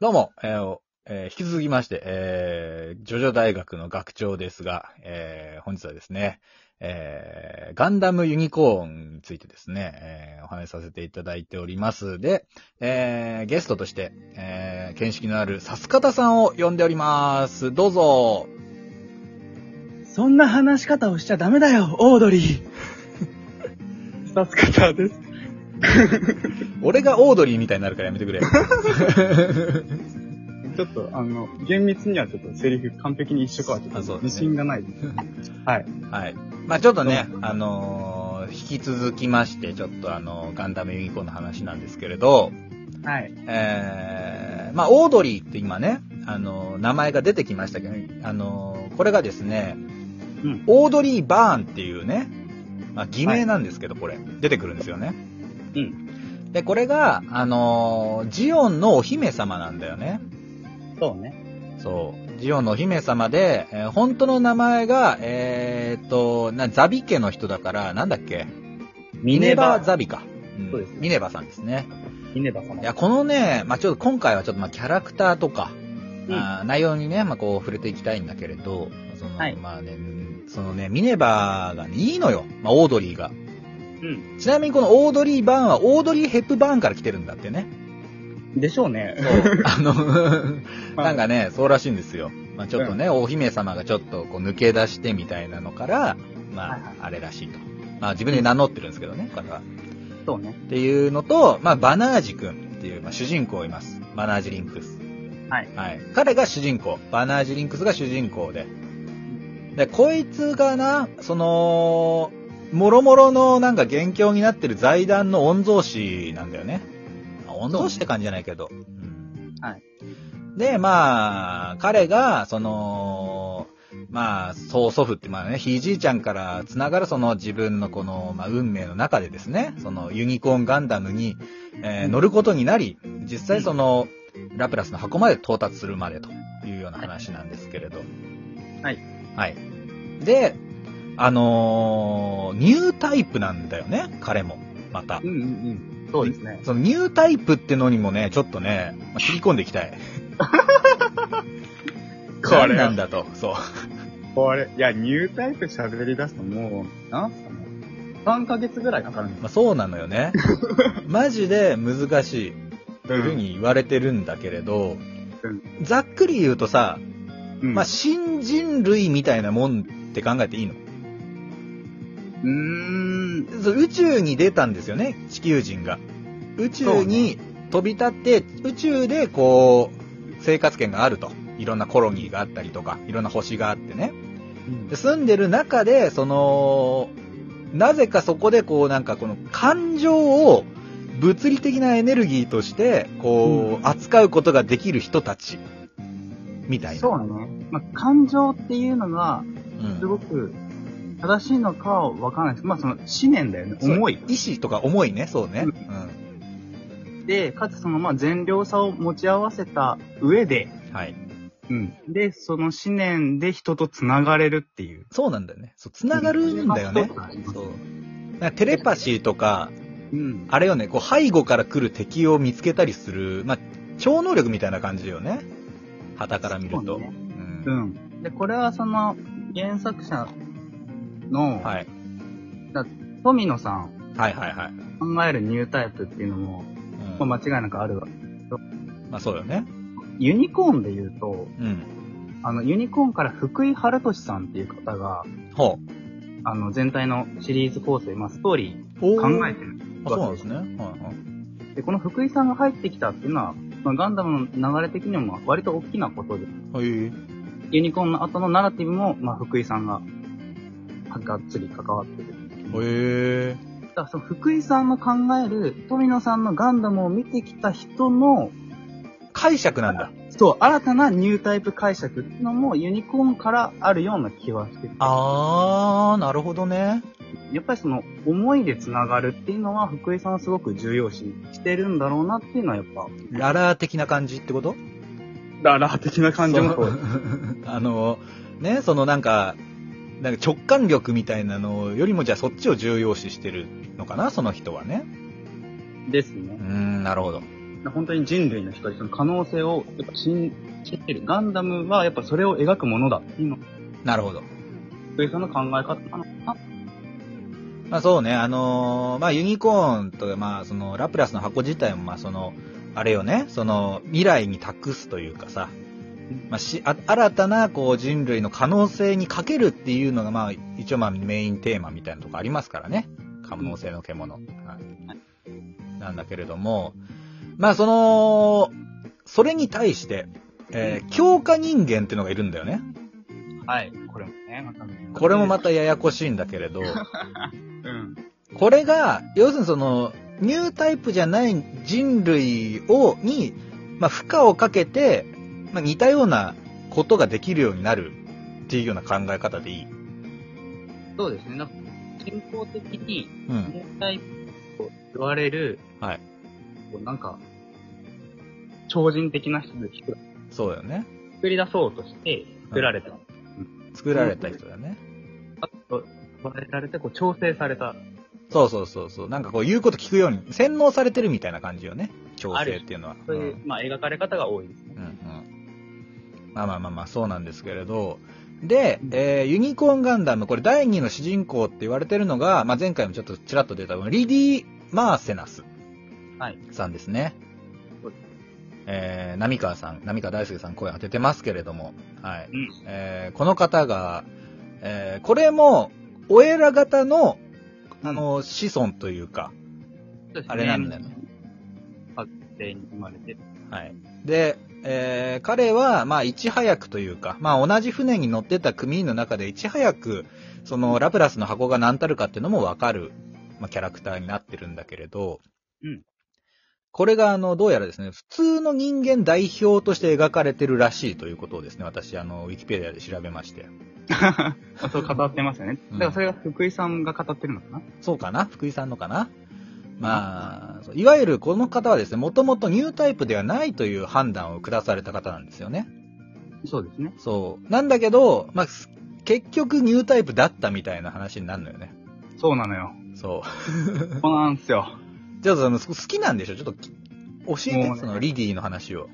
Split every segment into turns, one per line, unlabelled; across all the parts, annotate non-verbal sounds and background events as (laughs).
どうも、えーおえー引き続きまして、えー、ジョジョ大学の学長ですが、えー本日はですね、えーガンダムユニコーンについてですね、えーお話しさせていただいております。で、えーゲストとして、えー見識のあるさす方さんを呼んでおります。どうぞ。
そんな話し方をしちゃダメだよ、オードリー。さす方です。
俺がオードリーみたいになるからやめてくれ。
ちょっと、あの、厳密にはちょっとセリフ完璧に一緒かはちょっ
あそ
と
うで
自
すね
信がないです。はい。
はい。まあちょっとね、あのー引き続きまして、ちょっとあのーガンダムユニコーンの話なんですけれど、
はい。
えーまあ、オードリーって今ね、あの、名前が出てきましたけど、あの、これがですね、
うん
オードリー・バーンっていうね、まあ、偽名なんですけど、これ、出てくるんですよね。
うん。
で、これが、あの、ジオンのお姫様なんだよね。
そうね。
そう。ジオンのお姫様で、えー本当の名前が、えーっと、な、ザビ家の人だから、なんだっけミ
ミ
ネバザビか。うん
そうですね
ミネバさんですね。
ミネバ様
い。や、このね、まあ、ちょっと今回はちょっとまあ、キャラクターとか、
うん
あー内容にね、まあ、こう触れていきたいんだけれど、その、
はい
まあね、そのね、ミネバーがね、いいのよ。まあ、オードリーが。
うん。
ちなみにこのオードリー・バーンは、オードリー・ヘップバーンから来てるんだって
(laughs)
ね。
でしょうね。
あの、
(laughs) まあ
なんかね、そうらしいんですよ。まあ、ちょっとね、お姫様がちょっとこう抜け出してみたいなのから、ま
はいは
あ、あれらしいと。まあ、自分で名乗ってるんですけどね、これは。
そうね。
っていうのと、まあ、バナージ君っていう、まあ、主人公います。バナージリンクス。
はい。
はい。彼が主人公。バナージリンクスが主人公で。で、こいつがな、その、もろもろのなんか元凶になってる財団の御曹司なんだよね。まあ御曹司って感じじゃないけど。うん
はい。
で、まあ、彼が、その、まあ、曽祖父って、まあね、ひいじいちゃんから繋がるその自分のこの、まあ、運命の中でですね、そのユニコーンガンダムに、えー乗ることになり、実際その、ラプラスの箱まで到達するまでというような話なんですけれど。
はい。
はい。で、あのーニュータイプなんだよね、彼も。また
う。んうんうん。そうですね。
そのニュータイプってのにもね、ちょっとね、まあ、切り込んでいき
(laughs)
たい。何なんだと。そう。
これ。いや、ニュータイプ喋り出すともう、なんすかね。3ヶ月ぐらいかかるんで
まあ、そうなのよ
(laughs)
ね。マジで難しい。
す
というふう。に言われてるんだけれど、
うん
ざっくり言うとさ、
うん。
まあ、
う
新人類みたいなもんって考えていいの
ーん。
そう宇宙に出たんですよね、地球人が。宇宙に飛び立って、宇宙でこう、生活圏があると。いろんなコロニーがあったりとか、いろんな星があってね。で住んでる中で、その、なぜかそこでこうなんかこの感情を物理的なエネルギーとして、こう、扱うことができる人たち、みたいな。
そうね。まあ、感情っていうのが、
うん
すごく正しいのかは分からないです。まあその思念だよね。思い。
意志とか思いね、そうね。
う
う
で、かつそのまあ善良さを持ち合わせた上で、
ん。はい。
うん。で、その思念で人と繋がれるっていう。
そうなんだよね。そう、繋がるんだよね。そう。なんかテレパシーとか、
うん。
あれよね、こう背後から来る敵を見つけたりする、まあ、超能力みたいな感じよね。旗から見る
そ
と。
うね
うん
うん。で、これはその原作者の
はい。
富野さん
はいはいはい。う
考えるニュータイプっていうのも、
ん
まあ、間違いなくあるわ。
まあそうよね。
ユニコーンで言うと、
うん。
あの、ユニコーンから福井春俊さんっていう方が、
ほ
あの、全体のシリーズ構成、まあ、ストーリー、
う。おー
考えてる。
あ、そうなんですね。はいはい。
で、この福井さんが入ってきたっていうのは、まあ、ガンダムの流れ的にも割と大きなことで、
はい。
ユニコーンの後のナラティブも、まあ、福井さんが、がっつり関わってる。
へえ。
だからその福井さんの考える、富野さんのガンダムを見てきた人の、
解釈なんだ。
そう、新たなニュータイプ解釈っていうのも、ユニコーンからあるような気はしてて
あー、なるほどね。
やっぱりその、思いで繋がるっていうのは、福井さんはすごく重要視してるんだろうなっていうのは、やっぱ、
ララー的な感じってこと
ララ的な感じも
そうあの、ね、そのなんか、なんか直感力みたいなのよりもじゃあそっちを重要視してるのかな、その人はね。
です
う
ね
ー。ん、なるほど。
本当に人類の光、その可能性をやっぱ信じてる。ガンダムはやっぱそれを描くものだっていうの、
なるほど。
というその考え方かな。
まあそうね、あのーまあユニコーンとか、まあそのラプラスの箱自体も、まあその、あれよね、その未来に託すというかさ、まあし、あ新たなこう人類の可能性にかけるっていうのが、まあ一応まあメインテーマみたいなとこありますからね。可能性の獣。はい。なんだけれども、まあその、それに対して、えー強化人間っていうのがいるんだよね。
はい。これもね、またね。
これもまたややこしいんだけれど、
うん。
これが、要するにその、ニュータイプじゃない人類を、に、まあ、負荷をかけて、まあ、似たようなことができるようになるっていうような考え方でいい。
そうですね。なんか人工的に、
うん。
全体と言われる、
はい。
こうなんか、超人的な人で作
そうだよね。
作り出そうとして作られた。
作られた人だね。
あと、バレられて、こう、調整された。
そうそうそうそう。なんかこう言うこと聞くように、洗脳されてるみたいな感じよね。調整っていうのは。
そういう、まあ、描かれ方が多いですね。
うんうんまあまあまあまあ、そうなんですけれど。で、えーユニコーンガンダム、これ第2の主人公って言われてるのが、まあ、前回もちょっとちらっと出た、リディ・マーセナス
はい。
さんですね
そうで。
えー、波川さん、波川大輔さん声当ててますけれども、はい。
うん
えーこの方が、えーこれも、おエラ型の、あの、子孫というか、
そうですね
あれなんだよね。
全員生まれて。
はい。で、えー彼は、まあ、いち早くというか、まあ、同じ船に乗ってた組員の中で、いち早く、その、ラプラスの箱が何たるかっていうのもわかる、まあ、キャラクターになってるんだけれど、
うん
これが、あの、どうやらですね、普通の人間代表として描かれてるらしいということをですね、私、あの、ウィキペディアで調べまして。
そう語ってますよね。
うん
だからそれは福井さんが語ってるのかな
そうかな福井さんのかなまあ、そういわゆるこの方はですね、もともとニュータイプではないという判断を下された方なんですよね。
そうですね。
そう。なんだけど、まあ、す結局ニュータイプだったみたいな話になるのよね。
そうなのよ。
そう。 (laughs)
そうなんですよ。
じゃあ、その、好きなんでしょちょっとき、教え
もう
て、
ね
その、リディの話を。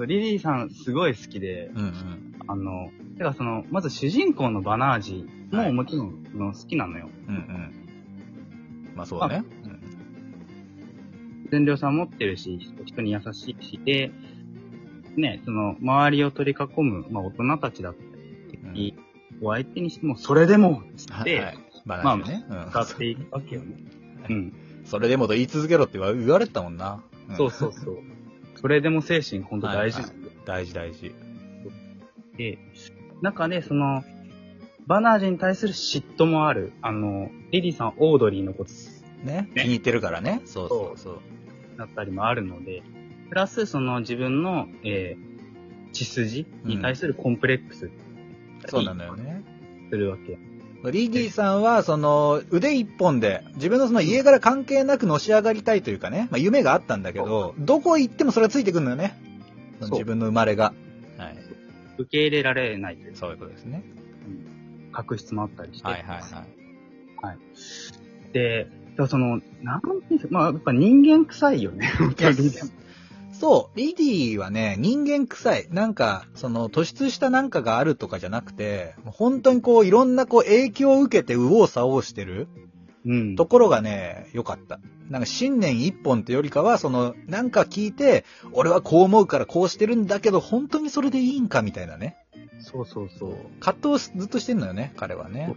うん。
リリーさんすごい好きで、
うんうん。
あの、てかその、まず主人公のバナージ
は
も
い
もちろん、その好きなのよ。
うんうん。まあ、そうだね。うん
善良さ持ってるし、人に優しいし、で、ね、その、周りを取り囲む、まあ、大人たちだったり、お相手にしても、それでもっつっ
はい
て、
はい。バナナね。
使っていくわけよね。うん。
うん。 (laughs) それでもと言い続けろって言わ言われてたもんな。ん
そうそうそう。それでも精神、本当大事
はい大事大事。
で、中で、その、バナージに対する嫉妬もある。あの、リリーさん、オードリーのこと
ね。気
ね
に入ってるからね。そうそうそう。
だったりもあるので、プラス、その自分の、えー血筋に対するコンプレックス、
そうなのよ。ね。
するわけ。
リディさんは、その、腕一本で、自分のその家柄関係なくのし上がりたいというかね、まあ夢があったんだけど、どこ行ってもそれがついてくるのよね。
そう
自分の生まれが。はい。
受け入れられないという
そういうことですね。
確執もあったりして。
はいはいはい。
で、だからその、なんていうんですか、まあ、やっぱ人間臭いよね、本当に
そう、リディはね、人間臭い。なんか、その、突出したなんかがあるとかじゃなくて、もう本当にこう、いろんなこう、影響を受けて右往左往してる
うん。
ところがね、良かった。なんか信念一本ってよりかは、その、なんか聞いて、俺はこう思うからこうしてるんだけど、本当にそれでいいんかみたいなね。
そうそうそう。
葛藤ずっとしてんのよね、彼はね。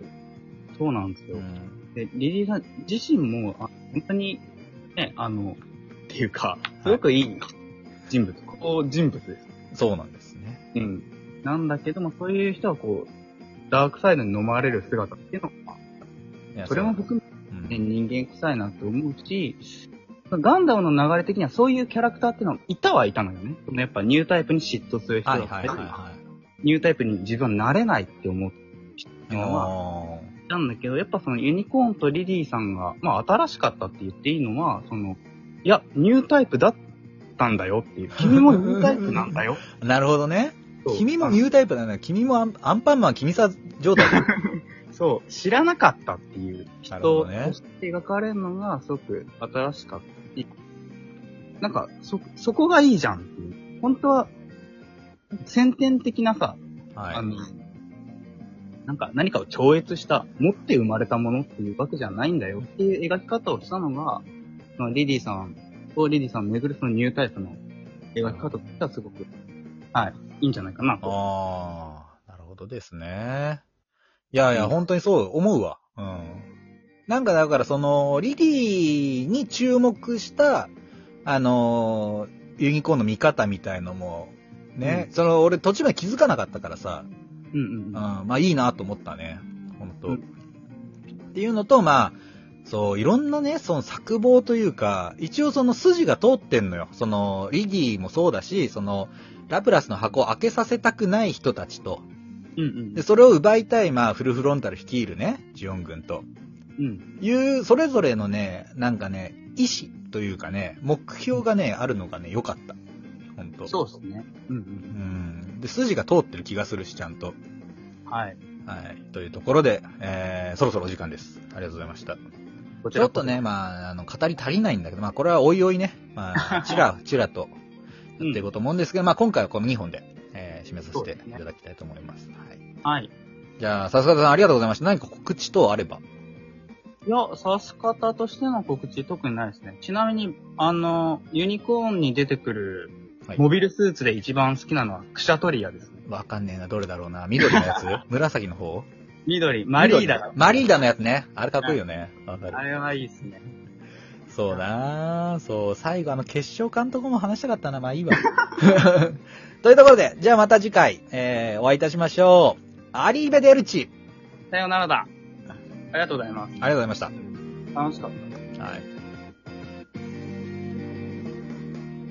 そうなんですよ。
うん
で、リリーさん自身も、あ本当に、ね、あの、っていうか、すごくいい人物。ここ人物です。
そうなんですね。
うん。なんだけども、そういう人はこう、ダークサイドに飲まれる姿っていうのは、
いや
それも含
うん
めて人間臭いなと思うし、ガンダムの流れ的にはそういうキャラクターっていうのはいたはいたのよね。そのやっぱニュータイプに嫉妬する人
はい
だっ
は
た
い
り、
はいはい。
ニュータイプに自分はなれないって思う人っていうの
あ
は、いたんだけど、やっぱそのユニコーンとリリーさんが、まあ新しかったって言っていいのは、その、いや、ニュータイプだったんだよっていう。君もニュータイプなんだよ。
ーなるほどね。
(laughs) そう
君もニュータイプなんだ。君もアンアンパンマン君さ状
(laughs)
態だ。
そう、知らなかったっていう
なるほ
人
どね
として描かれるのがすごく新しかった。なんか、そ、そこがいいじゃんっていう。本当は、先天的なさ、
はい。
あの、なんか何かを超越した、持って生まれたものっていうわけじゃないんだよっていう描き方をしたのが、まあ、リリーさんとリリーさんをめぐるそのニュータイプの描き方としてはすごく、はい、いいんじゃないかなと。
ああ、なるほどですね。いやいや、
うん
本当にそう思うわ。うん。なんかだからその、リリーに注目した、あのーユニコーンの見方みたいのも、ね、その、俺途中まで気づかなかったからさ、
うん
う
うん
ん、
うん。
まあいいなと思ったね。本当、
うん
っていうのと、まあ、そう、いろんなね、その作望というか、一応その筋が通ってんのよ。その、リギーもそうだし、その、ラプラスの箱を開けさせたくない人たちと、
うんうん
で、。それを奪いたい、まあ、フルフロンタル率いるね、ジオン軍と、
うん。
いう、それぞれのね、なんかね、意志というかね、目標がね、あるのがね、良かった。本当
そうですね。うんう。
うんん。で、筋が通ってる気がするし、ちゃんと。
はい。
はい。というところで、えー、そろそろお時間です。ありがとうございました。
こち
ちょ
ら
っとね、。まあ、あの、語り足りないんだけど、まあ、これはおいおいね、ま (laughs) あ、ちら、ちらと、
う
やっていこ
ん
うと思うんですけど、まあ、今回はこの2本で、えー、締めさせ
そう
て
で
い
すね
ただきたいと思います。はい。
はい。
じゃあ、さすがさんありがとうございました。何か告知等あれば。
いや、さす方としての告知特にないですね。ちなみに、あの、ユニコーンに出てくる
はい、
モビルスーツで一番好きなのはクシャトリアですね。
わかんねえな、どれだろうな。緑のや (laughs) つ紫の方
緑、マリーダだ
緑マリーダのやつね。あれかっこいいよね。わかる
あ。れはいいですね。
そうなあそう、最後あの決勝監督も話したかったな。まあいい
(laughs)
わ。というところで、じゃあまた次回、えー、お会いいたしましょう。アリーベデルチ。
さようならだ。ありがとうございます。
ありがとうございました。
楽しかった。
はい。